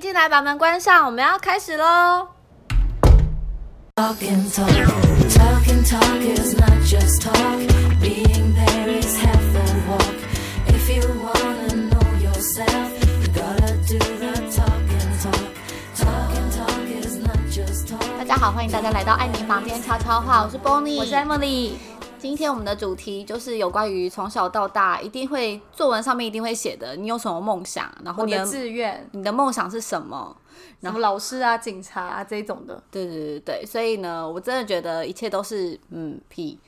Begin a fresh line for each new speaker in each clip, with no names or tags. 进来，把门关上，我们要开始喽。
Talking, talk, talking, talk is not just talk. Being there is half the walk. If you wanna know yourself, you gotta do the talking, talk. Talking, talk is not just talk.
大家好，欢迎大家来到艾米房间悄悄话，我是 Bonnie，
我是 Emily，
今天我们的主题就是有关于从小到大一定会作文上面一定会写的，你有什么梦想？然后
我
你
的
的
志愿，
你的梦想是什么？
什么老师啊、警察啊这一种的，
对对对对，所以呢，我真的觉得一切都是嗯 屁，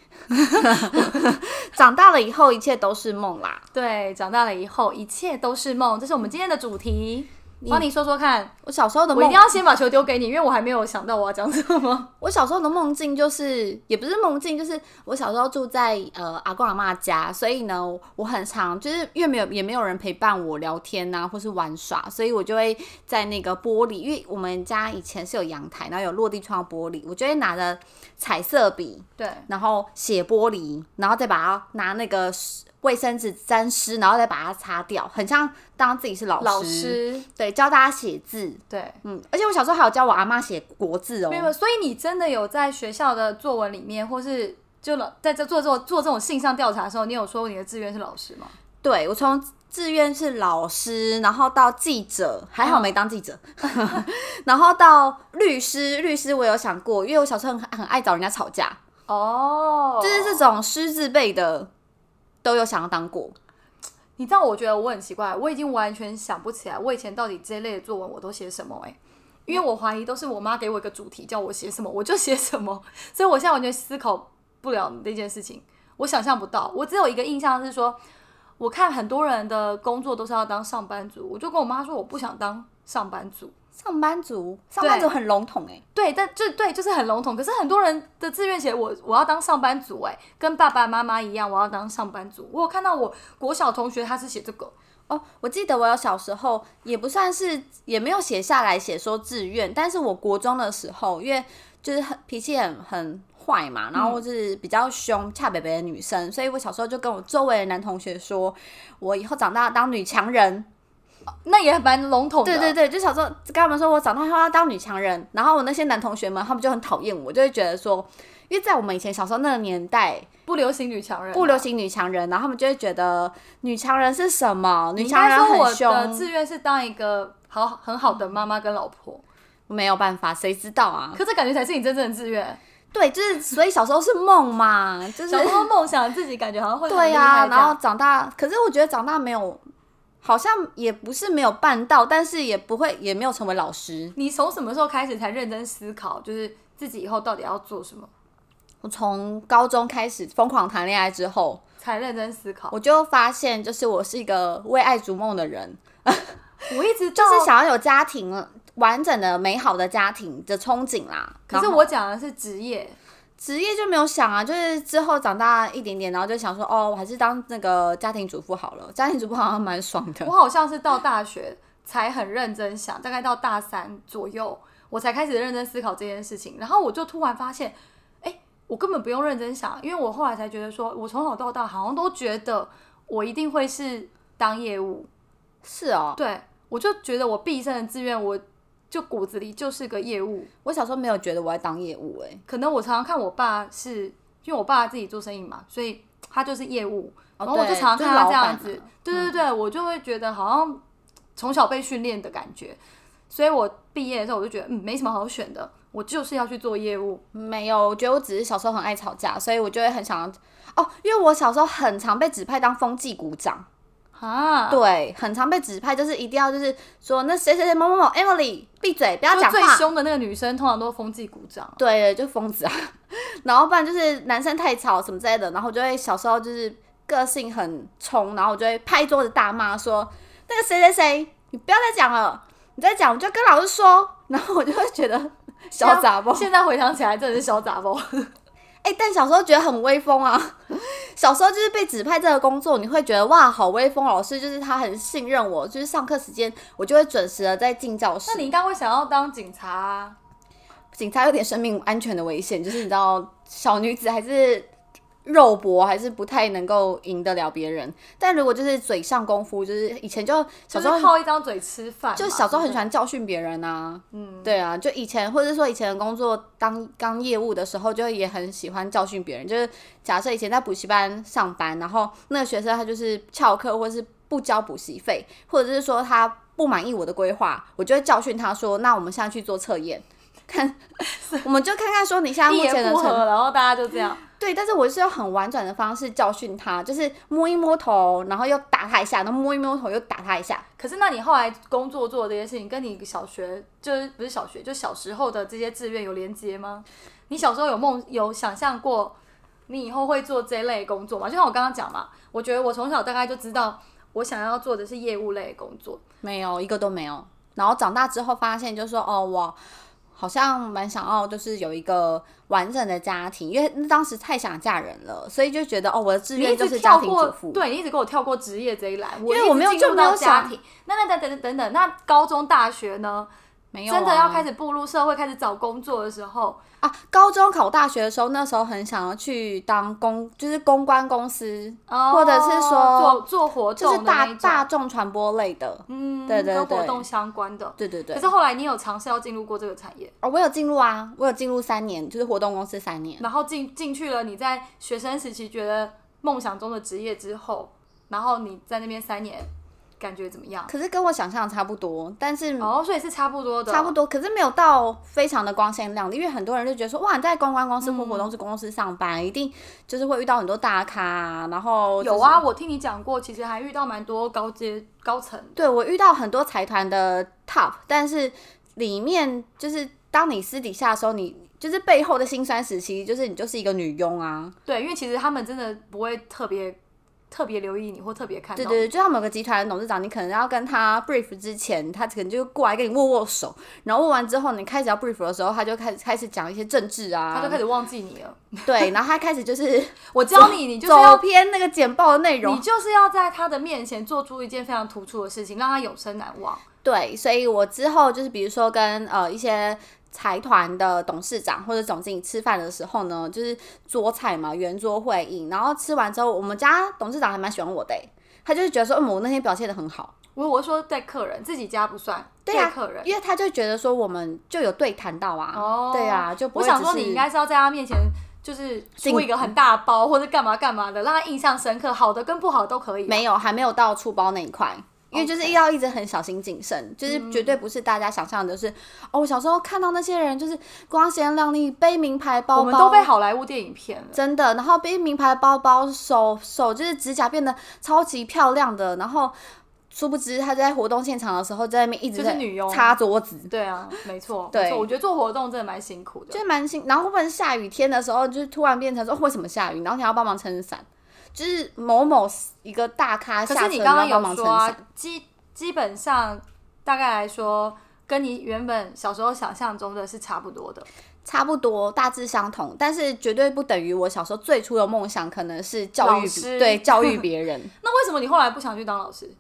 长大了以后一切都是梦啦。
对，长大了以后一切都是梦，这是我们今天的主题。帮你说说看，
我小时候的
我
梦
一定，要先把球丢给你，因为我还没有想到我要讲什么。
我小时候的梦境就是，也不是梦境，就是我小时候住在呃阿公阿妈家，所以呢，我很常就是因为没有也没有人陪伴我聊天呐、或是玩耍，所以我就会在那个玻璃，因为我们家以前是有阳台，然后有落地窗玻璃，我就会拿着彩色笔，
对，
然后写玻璃，然后再把它拿那个卫生纸沾湿，然后再把它擦掉，很像当自己是老师，
老师，
对，教大家写字。
对，
嗯，而且我小时候还有教我阿妈写国字哦，
没有，所以你真的有在学校的作文里面，或是就老在这做做做这种性向调查的时候，你有说你的志愿是老师吗？
对我从志愿是老师，然后到记者，还好没当记者， 然后到律师。律师我有想过，因为我小时候很很爱找人家吵架，
哦，
就是这种师字辈的都有想要当过。
你知道，我觉得我很奇怪，我已经完全想不起来我以前到底这类的作文我都写什么哎、欸因为我怀疑都是我妈给我一个主题，叫我写什么我就写什么，所以我现在完全思考不了这件事情，我想象不到。我只有一个印象是说，我看很多人的工作都是要当上班族，我就跟我妈说我不想当上班族。
上班族，上班族很笼统哎、
对，但就对，就是很笼统。可是很多人的志愿写我我要当上班族、欸，哎，跟爸爸妈妈一样，我要当上班族。我有看到我国小同学他是写这个，
哦，我记得我有小时候也不算是也没有写下来写说志愿，但是我国中的时候，因为就是很脾气很很坏嘛，然后我是比较凶、恰北北的女生，所以我小时候就跟我周围的男同学说，我以后长大当女强人。
那也蛮笼统的。
对对对，就小时候跟他们说我长大后要当女强人，然后我那些男同学们他们就很讨厌我，就会觉得说，因为在我们以前小时候那个年代
不流行女强人、啊
不流。行女强人，然后他们就会觉得女强人是什么？女
你应
强
该
人
说我
很凶。
的志愿是当一个好很好的妈妈跟老婆，
没有办法，谁知道啊？
可这感觉才是你真正的志愿。
对，就是所以小时候是梦嘛，就是
小时候梦想自己感觉好像会 很
对
厉
呀、
害这
然
样
后长大，可是我觉得长大没有，好像也不是没有办到，但是也不会也没有成为老师。
你从什么时候开始才认真思考，就是自己以后到底要做什么？
我从高中开始疯狂谈恋爱之后，
才认真思考。
我就发现，就是我是一个为爱逐梦的人，
我一直就
就是，想要有家庭完整的、美好的家庭的憧憬啦。
可是
然后
我讲的是职业，
职业就没有想啊，就是之后长大一点点，然后就想说，哦，我还是当那个家庭主妇好了，家庭主妇好像蛮爽的
我。好像是到大学才很认真想，大概到大三左右，我才开始认真思考这件事情。然后我就突然发现，哎、我根本不用认真想，因为我后来才觉得说，我从小到大好像都觉得我一定会是当业务，
是哦，
对我就觉得我毕生的志愿，我就骨子里就是个业务。
我小时候没有觉得我在当业务、欸，
可能我常常看我爸是，因为我爸自己做生意嘛，所以他就是业务，
哦
然后我就
对
常常
就是
看他
老
这样
板
子，
啊
对对对，我就会觉得好像从小被训练的感觉，所以我毕业的时候我就觉得嗯没什么好选的，我就是要去做业务，
没有，我觉得我只是小时候很爱吵架，所以我就会很想要哦，因为我小时候很常被指派当风纪股长，
啊，
对，很常被指派，就是一定要就是说那谁谁谁某某某 Emily 闭嘴，不要
就
讲
最
话，
凶的那个女生通常都风纪鼓掌，
对，就疯子啊， 然后不然就是男生太吵什么之类的，然后我就会小时候就是个性很冲，然后我就会拍桌子大骂说那个谁谁谁，你不要再讲了，你再讲我就跟老师说，然后我就会觉得小杂包。
现在回想起来真的是小 杂包，
哎、但小时候觉得很威风啊！ 小时候就是被指派这个工作，你会觉得哇，好威风！老师就是他很信任我，就是上课时间我就会准时的在进教室
那。你应该会想要当警察、啊，
警察有点生命安全的危险，就是你知道，小女子还是肉搏，还是不太能够赢得了别人。但如果就是嘴上功夫，就是以前就小
就
时候
是靠一张嘴吃饭嘛，
就小时候很喜
对
欢教训别人啊，嗯，对啊，就以前或者说以前的工作当刚业务的时候，就也很喜欢教训别人。就是假设以前在补习班上班，然后那个学生他就是翘课，或是不交补习费，或者是说他不满意我的规划，我就会教训他说：“那我们现在去做测验，看，我们就看看说你现在
不对
目
一
前的
言不
程度
合，然后大家就这样，
对，但是我是用很婉转的方式教训他，就是摸一摸头，然后又打他一下，然后摸一摸头又打他一下，
可是，那你后来工作做的这些事情，跟你小学就是不是小学，就小时候的这些志愿有连接吗？你小时候有梦有想象过你以后会做这类工作吗？就像我刚刚讲嘛，我觉得我从小大概就知道我想要做的是业务类的工作，
没有一个都没有。然后长大之后发现，就说哦，我好像蛮想要，就是有一个完整的家庭，因为当时太想嫁人了，所以就觉得哦，我的志
你一
愿
直
就是家
跳
庭
过
主妇。，
对你一直给我跳过职业这一栏，因
为我没有
进入
就没有
到家
想
庭。那那等等等等等，那高中大学呢？
没有、啊
真的要开
始
始步入社会，开始找工作的时候，
啊！高中考大学的时候，那时候很想要去当公，就是公关公司，
哦
或者是
做
说
做活
就
动
是
的那
大
一种
大众传播类的。
嗯，
对对
跟活
对
动相关的。
对对对
可是。后来你有尝试要进入过这个产业，
哦，我有进入啊，我有进入三年，就是活动公司三年。
然后进进去了，你在学生时期觉得梦想中的职业之后，然后你在那边三年，感觉怎么样？
可是跟我想象的差不多，但是
哦，所以是差不多
嗯
的，
差不。多，可是没有到非常的光鲜亮丽，因为很多人就觉得说，哇，你在公关公司或活动是公司上班，一定就是会遇到很多大咖啊，然后、
有啊，，我听你讲过，其实还遇到蛮多高阶高层，
对我遇到很多财团的 top，但是里面就是当你私底下的时候，你就是背后的辛酸时期，就是你就是一个女佣啊，
对，因为其实他们真的不会特别特别留意你或特别看到
对
你。
对对，就像某个集团的董事长，你可能要跟他 brief 之前，他可能就过来跟你握握手，然后握完之后，你开始要 brief 的时候，他就开始开始讲一些政治啊，
他就开始忘记你了。
对，然后他开始就是。
我教你，你就是
走
要，
偏那个简报的内
你
容。
就是要在他的面前做出一件非常突出的事情，让他永生难忘。
对，所以我之后就是比如说跟呃一些财团的董事长或者总经理吃饭的时候呢，就是桌菜嘛，圆桌会议，然后吃完之后，我们家董事长还蛮喜欢我的欸、他就是觉得说，嗯，我那天表现的很好。
我我说对客人，自己家不算，
对啊
客人。
因为他就觉得说我们就有对谈到啊，
哦，
对啊，就不
我
会
想
只
说
是
你应该是要在他面前就是出
进
一个很大的包或者干嘛干嘛的，让他印象深刻，好的跟不好都可以啊、
没有还没有到出包那一块，因为就是
OK 嗯
要一直很小心谨慎，就是绝对不是大家想象的，就是、哦，我小时候看到那些人就是光鲜亮丽，背名牌包包，
我们都被好莱坞电影骗了。
真的，然后背名牌包包，手手就是指甲变得超级漂亮的，然后殊不知他在活动现场的时候在那边一直
就是
在
女佣
擦桌子，
对啊，没错，
对
没错。我觉得做活动真的蛮辛苦的
就。蛮辛。然后或者是下雨天的时候，就是突然变成说为什么下雨，然后你要帮忙撑伞，就是某某一个大咖
可
下
是
车
你刚刚
然后帮忙
有
撑
说
伞。
啊，基基本上大概来说，跟你原本小时候想象中的是差不多的。
差不多，大致相同，但是绝对不等于我小时候最初的梦想，可能是教
老
育
师
对教育别 人。
那为什么你后来不想去当老师？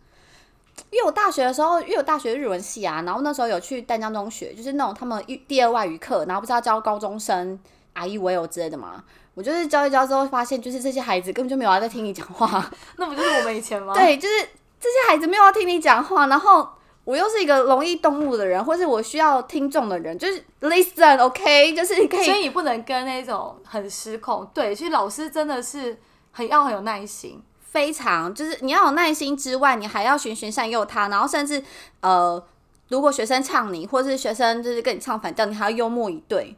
因为我大学的时候，因为我大学日文系啊，然后那时候有去淡江中学，就是那种他们一第二外语课，然后不是要教高中生阿姨维偶之类的嘛。我就是教一教之后，发现就是这些孩子根本就没有要在听你讲话，
那不就是我们以前吗？，
对，就是这些孩子没有要听你讲话，然后我又是一个容易动怒的人，或是我需要听众的人，就是 listen，OK，、就是你可
所
以
以你不能跟那种很失控。对，其实老师真的是很要很有耐心。
非常就是你要有耐心之外，你还要循循善诱他，然后甚至呃，如果学生呛你，或是学生就是跟你唱反调，你还要幽默以对。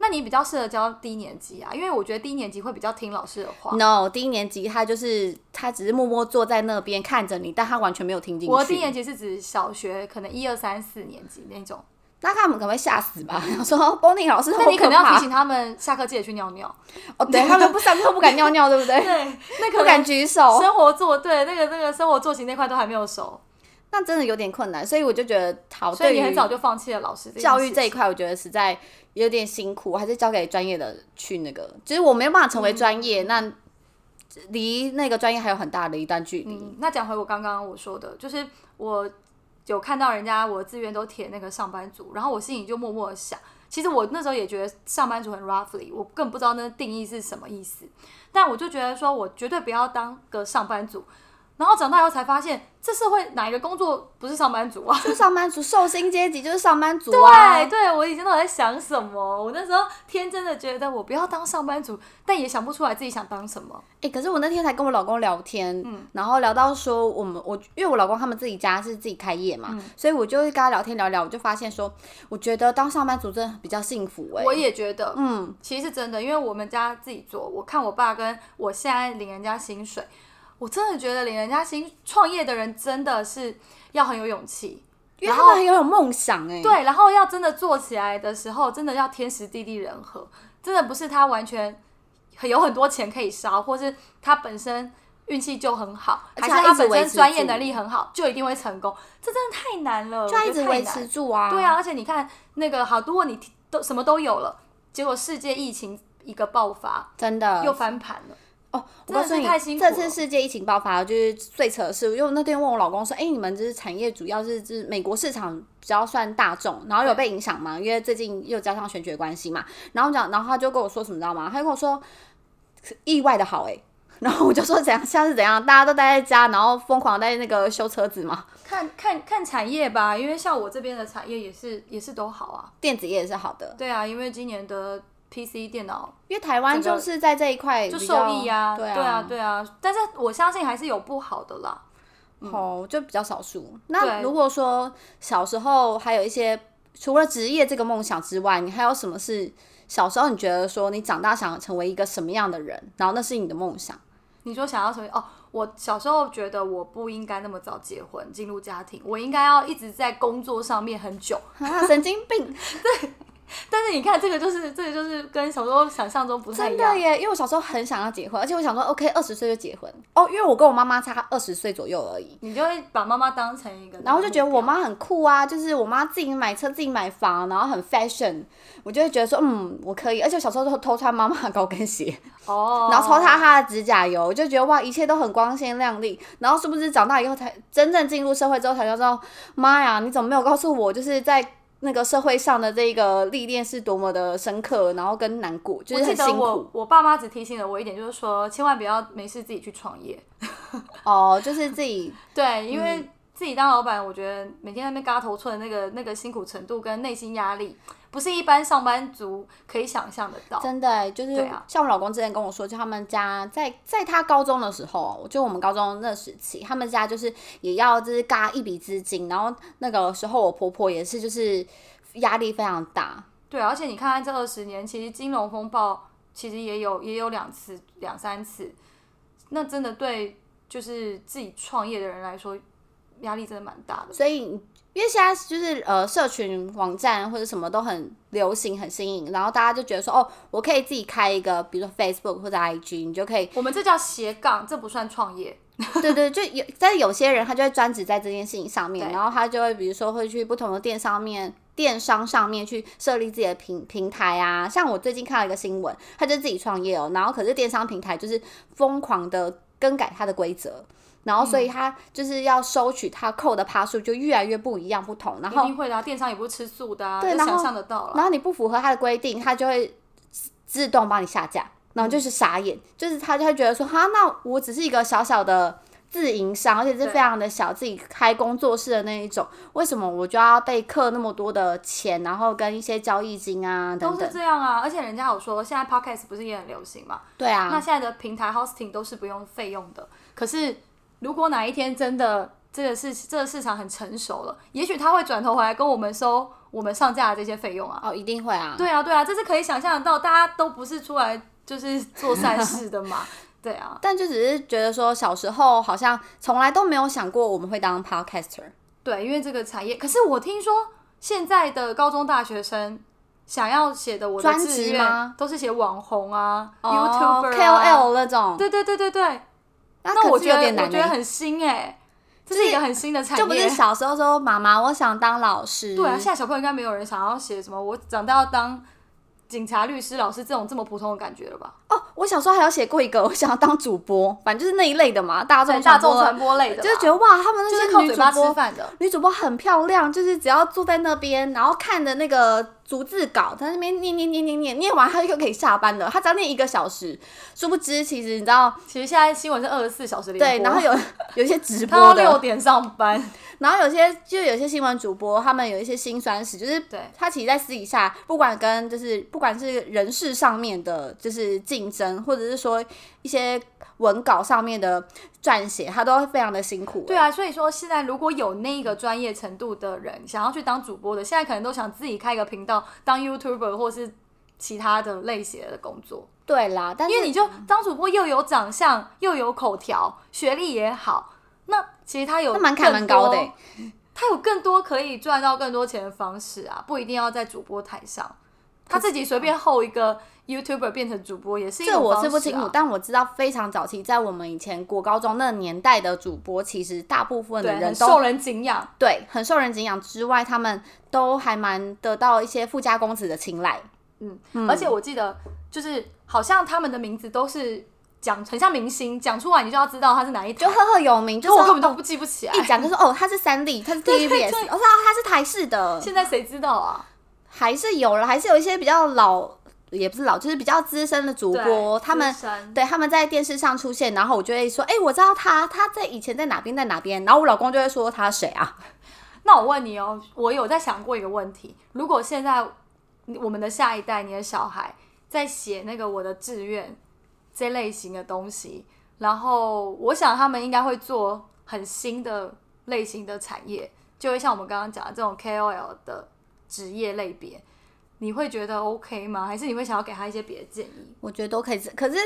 那你比较适合教低年级啊，因为我觉得低年级会比较听老师的话。
No，低年级他就是他只是默默坐在那边看着你，但他完全没有听进去。
我的低年级是指小学可能一二三四年级那种，
那他们可能会吓死吧？ 想说哦 Bonnie 老师好
那你可能
怕
要提醒他们下课记得去尿尿。
哦，对他们不 上课不敢尿尿，对不对？
对， 那
不
可能
敢举手，
生活作对那个那个生活作息那块都还没有熟，
那真的有点困难。所以我就觉得，好，
所
哦
以
对
你
于
很早就放弃了老师件
教育这一
事情。
块，我觉得实在有点辛苦，还是交给专业的去那个。就是我没有办法成为专业，
嗯
那离那个专业还有很大的一段距离。
嗯，那讲回我刚刚我说的，就是我有看到人家我的志愿都填那个上班族，然后我心里就默默地想，其实我那时候也觉得上班族很 roughly，我更不知道那定义是什么意思。但我就觉得说，我绝对不要当个上班族。然后长大以后才发现，这社会哪一个工作不是上班族啊？
就是上班族，寿星阶级就是上班族啊。
对对，我以前到底在想什么？我那时候天真的觉得我不要当上班族，但也想不出来自己想当什么。
哎、可是我那天才跟我老公聊天，
嗯
然后聊到说我们我因为我老公他们自己家是自己开业
嗯
嘛，所以我就跟他聊天聊聊，我就发现说，我觉得当上班族真的比较幸福哎、
我也觉得，
嗯，
其实是真的，因为我们家自己做，我看我爸跟我现在领人家薪水，我真的觉得领人家薪创业的人真的是要很有勇气，
因为
然
他
后
们很有梦想哎、，
对，然后要真的做起来的时候，真的要天时地利人和，真的不是他完全有很多钱可以烧，或是他本身运气就很好，
而
还
且
是
他
他
一直
本
维
身
持
专业
住
能力很好，就一定会成功。这真的太难了，
就要
我
一
觉得
直
太
维
难
持住啊。
对啊，，而且你看那个好，如果你都什么都有了，结果世界疫情一个爆发，
真的
又翻盘了。
哦，我告
真的
诉
是
你
太辛，苦
这
了
次世界疫情爆发就是最扯的是，因为我那天问我老公说，哎、你们就是产业主要是就是美国市场比较算大众，然后有被影响吗？因为最近又加上选举的关系嘛，然后我讲，然后他就跟我说什么，你知道吗？他就跟我说意外的好哎、然后我就说怎样，现在是怎样？大家都待在家，然后疯狂地在那个修车子嘛，
看看看产业吧，因为像我这边的产业也是也是都好啊。
电子业也是好的，
对啊，因为今年的 PC 电脑
因为台湾
整
就
个
是在这一块
就
比
受
较
益啊，
对
对啊
啊，
对啊。但是我相信还是有不好的啦。
哦，就比较少数。那
对
如果说小时候还有一些除了职业这个梦想之外，你还有什么是小时候你觉得说你长大想成为一个什么样的人，然后那是你的梦想？
你说想要成为哦，我小时候觉得我不应该那么早结婚进入家庭，我应该要一直在工作上面很久。
啊，神经 病！
但是你看，这个就是这个就是跟小时候想象中不太一
真
样
的。耶，因为我小时候很想要结婚，而且我想说，OK，二十岁就结婚哦，因为我跟我妈妈差二十岁左右而已。
你就会把妈妈当成一个，
然后就觉得我妈很酷啊，就是我妈自己买车、自己买房，然后很 fashion，我就会觉得说，嗯，我可以。而且我小时候都偷穿妈妈的高跟鞋，
哦，
然后抽他他的指甲油，我就觉得哇，一切都很光鲜亮丽。然后殊不知长大以后才真正进入社会之后才知道，妈呀，你怎么没有告诉我，就是在那个社会上的这个历练是多么的深刻，然后跟难过，就
我
是
记
很
得
辛
我
苦
我爸妈只提醒了我一点，就是说千万不要没事自己去创业。
哦，就是自己
对，因为自己当老板，我觉得每天在那边嘎头寸的那个那个辛苦程度跟内心压力，不是一般上班族可以想象得到。
真的欸、就是
哦对啊
像我老公之前跟我说，就他们家在在他高中的时候，就我们高中那时期，他们家就是也要就是嘎一笔资金，然后那个时候我婆婆也是就是压力非常大，
对，而且你看看这二十年，其实金融风暴其实也有也有两次两三次，那真的对就是自己创业的人来说，压力真的蛮大的。
所以你因为现在就是呃，社群网站或者什么都很流行、很新颖，然后大家就觉得说，哦，我可以自己开一个，比如说 Facebook 或者 IG，你就可以，
我们这叫斜杠，这不算创业。
对对，就有，但是有些人他就会专职在这件事情上面，
对
然后他就会比如说会去不同的电商面。电商上面去设立自己的平平台啊，像我最近看了一个新闻，他就自己创业哦，然后可是电商平台就是疯狂的更改它的规则，然后
嗯
所以他就是要收取他扣的趴数就越来越不一样不同，然
一
后
定会的、啊，电商也不是吃素的、啊，
对
这
然后
想象得到
然
了。
后你不符合他的规定，他就会自自动帮你下架，然后就是傻眼，就是他就会觉得说，哈，那我只是一个小小的自营商，而且是
对
非常的小，自己开工作室的那一种，为什么我就要被扣那么多的钱，然后跟一些交易金啊
都
等
是
等？
这样啊，而且人家有说，现在 podcast 不是也很流行嘛？
对
那
啊，
现在的平台 hosting 都是不用费用的。可是如果哪一天真的这个市这个市场很成熟了，也许他会转头回来跟我们收我们上架的这些费用啊。
哦，一定会啊。
对啊，对啊，这是可以想象得到，大家都不是出来就是做善事的 嘛。对啊，
但就只是觉得说，小时候好像从来都没有想过我们会当 podcaster，
对，因为这个产业，可是我听说现在的高中大学生想要写的我的
专
志
职
愿
吗
都是写网红啊、
哦
YouTuber 啊
KOL 那种。
对对对对对。
那
那
可
我
是
觉
有
得
点
我
难
觉得
欸
很新哎、这
就是
是一个很新的产业。
就不是小嗯时候说妈妈，我想当老师。
对啊，现在小朋友应该没有人想要写什么我长大要当警察、律师、老师这种这么普通的感觉了吧？
哦，我小时候还有写过一个， 我想要当主播，反正就是那一类的嘛，大众
对大
播
众传播类的啦，
就是觉得哇，他们
就是
那些
靠
女
嘴
主
巴吃
播，
饭的。
女主播很漂亮，就是只要坐在那边，然后看着那个逐字稿，在那边念念念念念，念完他就可以下班了。他只要念一个小时，殊不知其实你知道，
其实现在新闻是二十四小时连
对，
播
然后有 有一些直
他到
播
六
的，
点上班，
然后有些就有些新闻主播，他们有一些辛酸史，就是
对
他其实，在私底下，不管跟就是不管是人事上面的，就是竞争，或者是说一些文稿上面的撰写，他都非常的辛苦。欸
对，啊，所以说现在如果有那个专业程度的人想要去当主播的，现在可能都想自己开一个频道当 YouTuber 或是其他的类型的工作，
对啦，但是
因为你就当主播又有长相，又有口条，学历也好，那其实他有
那门槛蛮
更多
高的欸
他有更多可以赚到更多钱的方式啊，不一定要在主播台上，他自己随便吼一个 YouTuber 变成主播也是一
啊
种
这我
方
是不
式
清
啊
楚，但我知道非常早期，在我们以前国高中那个年代的主播，其实大部分的
对，
人
很
都
受人敬仰，
对很受人敬仰之外，他们都还蛮得到一些富家公子的青睐。
嗯，而且我记得就是好像他们的名字都是讲很像明星，讲出来你就要知道他是哪一台，
就赫赫有名，就
可我根
是
本都不记不起来
一。讲就说哦，他是三立，他是
对对
TVBS，
对
哦，他是台视的，
现在谁知道啊？
还是有了，还是有一些比较老，也不是老，就是比较资深的主播，
对
他们
资深
对他们在电视上出现，然后我就会说，哎、我知道他，他在以前在哪边，在哪边，然后我老公就会说他谁啊？
那我问你哦，我有在想过一个问题：如果现在我们的下一代，你的小孩在写那个我的志愿这类型的东西，然后我想他们应该会做很新的类型的产业，就会像我们刚刚讲的这种 KOL 的职业类别，你会觉得 OK 吗？还是你会想要给他一些别的建议？
我觉得都可以，可是，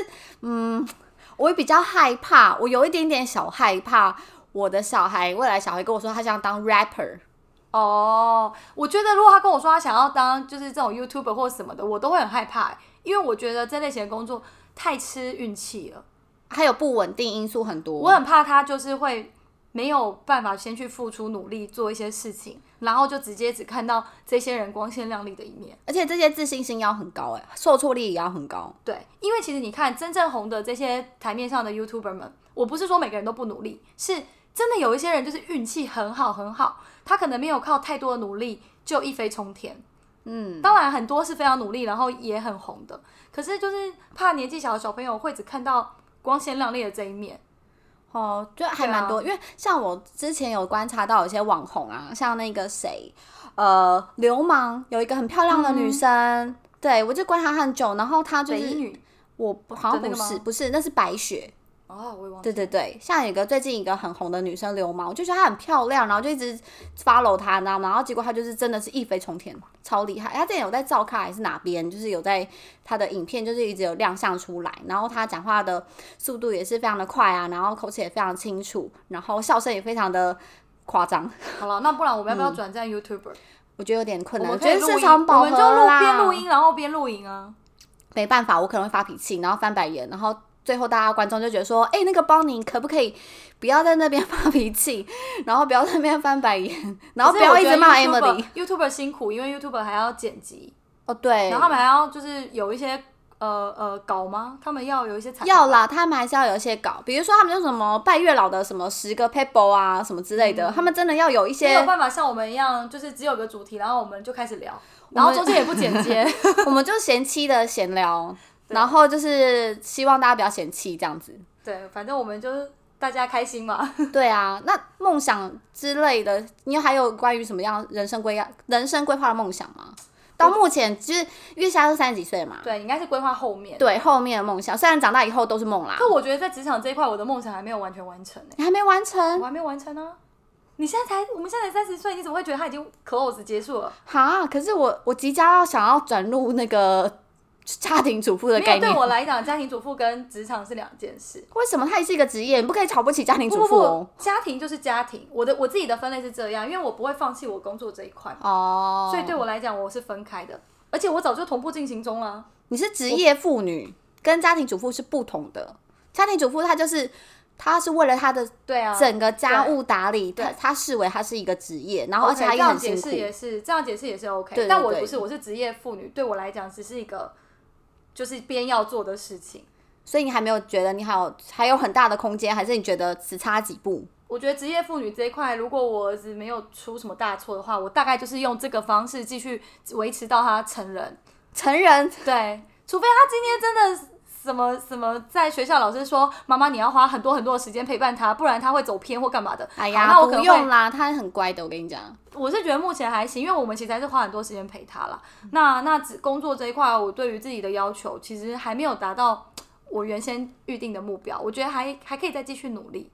嗯，我比较害怕，我有一点点小害怕，我的小孩未来小孩跟我说他想当 rapper，
哦，我觉得如果他跟我说他想要当就是这种 YouTuber 或什么的，我都会很害怕欸，因为我觉得这类型的工作太吃运气了。
还有不稳定因素很多。
我很怕他就是会没有办法先去付出努力做一些事情，然后就直接只看到这些人光鲜亮丽的一面。
而且这些自信心要很高、哎，受挫力也要很高。
对，因为其实你看，真正红的这些台面上的 YouTuber 们，我不是说每个人都不努力，是真的有一些人就是运气很好很好，他可能没有靠太多的努力就一飞冲天。
嗯，
当然很多是非常努力，然后也很红的，可是就是怕年纪小的小朋友会只看到光鲜亮丽的这一面。
哦，就还
对啊
蛮多，因为像我之前有观察到有些网红啊，像那个谁，呃，流氓有一个很漂亮的女生，对我就观察她很久，然后她就
嗯北一
是
女，
我不好像
的那
不
个吗
是不是，那是白雪，
哦，我也忘记
对对对，像有一个最近一个很红的女生流氓，我就觉得她很漂亮，然后就一直 follow 她，你知道吗？然后结果她就是真的是一飞冲天，超厉害。哎她之前有在照咖还是哪边，就是有在她的影片就是一直有亮相出来，然后她讲话的速度也是非常的快啊，然后口齿也非常清楚，然后笑声也非常的夸张，
好了，那不然我们要不要
嗯
转战 YouTuber？、
我觉得有点困
我
难，
们
我
可
觉
以
得
录音
市场饱
我
和
们就录
啦
边录音，然后边录影啊。
没办法，我可能会发脾气，然后翻白眼，然后最后大家观众就觉得说，哎、那个邦尼可不可以不要在那边发脾气， 然后不要在那边翻白眼，然后不要一直 骂 Emily。
YouTuber, YouTuber 辛苦，因为 YouTuber 还要剪辑，
哦，对
然，后他们还要就是有一些呃呃稿吗？他们要有一些采
要啦，他们还是要有一些稿，比如说他们就什么拜月老的什么十个 paper 啊什么之类的，他们真的要有一
嗯没有
些，
办法像我们一样，就是只有个主题，然后我们就开始聊，然后中间也不剪接。
我们就贤妻的闲聊，
对
然后就是希望大家不要嫌弃这样子。
对，反正我们就是大家开心嘛。
对啊，那梦想之类的，你还有关于什么样人生规人生规划的梦想吗？到目前就是因为现在都三十几岁嘛，
对，你应该是规划后面。，
对啊后面的梦想，虽然长大以后都是梦啦
可，我觉得在职场这一块，我的梦想还没有完全完成呢、
你还没完
我
成
还没有完成呢、你现在才，我们现在才三十岁，你怎么会觉得它已经 close 结束了？
哈。可是我我即将要想要转入那个家庭主妇的
没
概
有，对
念，
我来讲，家庭主妇跟职场是两件事。
为什么它也是一个职业？你不可以瞧不起家庭
不
主
不
妇哦
不。，家庭就是家庭。我的我自己的分类是这样，因为我不会放弃我工作这一块，嘛，
哦，
所以对我来讲我是分开的，而且我早就同步进行中了。
你是职业妇女，跟家庭主妇是不同的。家庭主妇她就是她是为了她的
对啊，
整个家务打理，
对
他他视为他是一个职业，然后
OK，
而且他
这
也
样
很
解
辛
释
苦。
也是这样解释也是 OK，
对对
但我
对
不是，我是职业妇女，对我来讲只是一个就是边要做的事情。
所以你还没有觉得你还有还有很大的空间，还是你觉得只差几步？
我觉得职业妇女这一块，如果我儿子没有出什么大错的话，我大概就是用这个方式继续维持到他成人。
成人
对，除非他今天真的什么什么，在学校老师说妈妈你要花很多很多的时间陪伴他，不然他会走偏或干嘛的。
哎
好那
呀，
我
不
可能
用
会，
啦，他很乖的，我跟你讲。
我是觉得目前还行，因为我们其实还是花很多时间陪他啦。那那只工作这一块，我对于自己的要求其实还没有达到我原先预定的目标，我觉得还还可以再继续努力，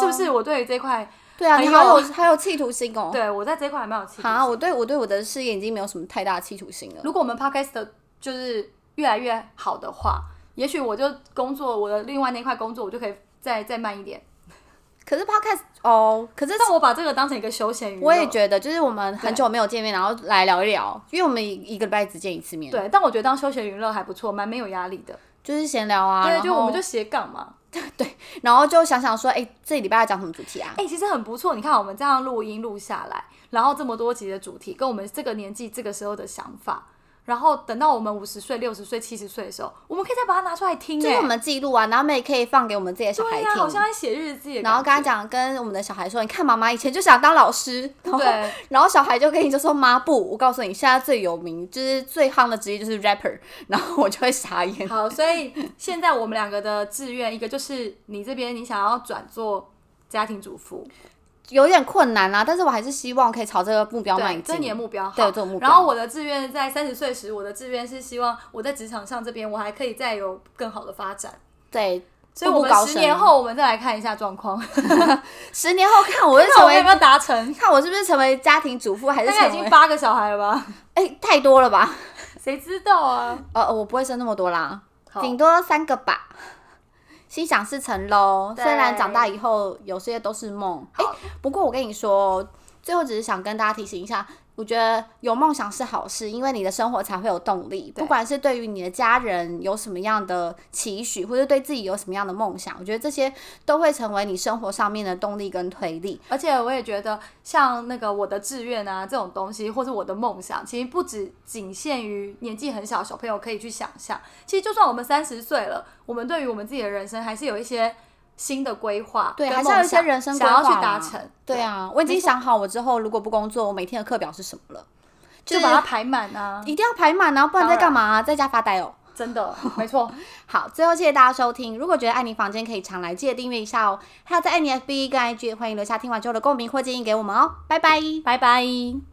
是不？是？我对于这一块，
哦对啊，
很
你好有
有
还有企图心哦。
对我在这一块还蛮有期待。
啊，我对我对我的事业已经没有什么太大的企图心了。
如果我们 podcast 的就是越来越好的话，也许我就工作我的另外那块工作，我就可以再再慢一点。
可是 podcast 哦，可是
但我把这个当成一个休闲娱乐，
我也觉得，就是我们很久没有见面，然后来聊一聊，因为我们一一个礼拜只见一次面，，
对，但我觉得当休闲娱乐还不错，蛮没有压力的。
就是闲聊啊，然
对，
后
就我们就斜杠嘛。
然后就想想说，哎、这礼拜要讲什么主题啊？
哎、其实很不错。你看我们这样录音录下来，然后这么多集的主题，跟我们这个年纪这个时候的想法，然后等到我们五十岁、六十岁、七十岁的时候，我们可以再把它拿出来听、
就是
哎
我们记录啊，然后我们也可以放给我们自己的小孩
对啊
听，
呀、好像在写日记的感觉。
然后跟他讲，跟我们的小孩说，你看妈妈以前就想当老师，然后
对
然后小孩就跟你就说妈不，我告诉你，现在最有名就是最夯的职业就是 rapper，然 后我就会傻眼。
好，所以现在我们两个的志愿，一个就是你这边你想要转做家庭主妇，
有点困难啊啦、但是我还是希望可以朝这个目标迈
对，
进。
这是你的目标。
对
好
这个目标
然后我的志愿在三十岁时，我的志愿是希望我在职场上这边我还可以再有更好的发展。
对，
所以
步步
我们
高
十
升
年后，我们再来 看一下状况，
十年后看我是
看
成
我们有
为
没有达成。
看我是不是成为家庭主妇，还是
大概已
成
经
为
八个小孩了吧？
哎、太多了吧？
谁知道啊？
呃，呃我不会生那么多啦，
好
顶多三个吧。 心想事成喽，虽
对
然长大以后有些都是梦。哎、不过我跟你说，最后只是想跟大家提醒一下，我觉得有梦想是好事，因为你的生活才会有动力。
对
不管是对于你的家人有什么样的期许，或者对自己有什么样的梦想，我觉得这些都会成为你生活上面的动力跟推力。
而且我也觉得，像那个我的志愿啊这种东西，或是我的梦想，其实不只仅限于年纪很小的小朋友可以去想象。其实就算我们三十岁了，我们对于我们自己的人生还是有一些新的规划，
对，
跟
还是要有一
梦
些
想
人生规
想
划啊
要去
啦
达成。
对，啊，我已经想好我之后如果不工作，我每天的课表是什么了，
就把它排满 啊！
一定要排满啊，不然在
当然
干嘛、在家发呆哦。
真的，没错。
好，最后谢谢大家收听。如果觉得爱你房间可以常来，记得订阅一下哦。还有在爱你 FB 跟 IG，欢迎留下听完之后的共鸣或建议给我们哦。拜拜。
拜拜。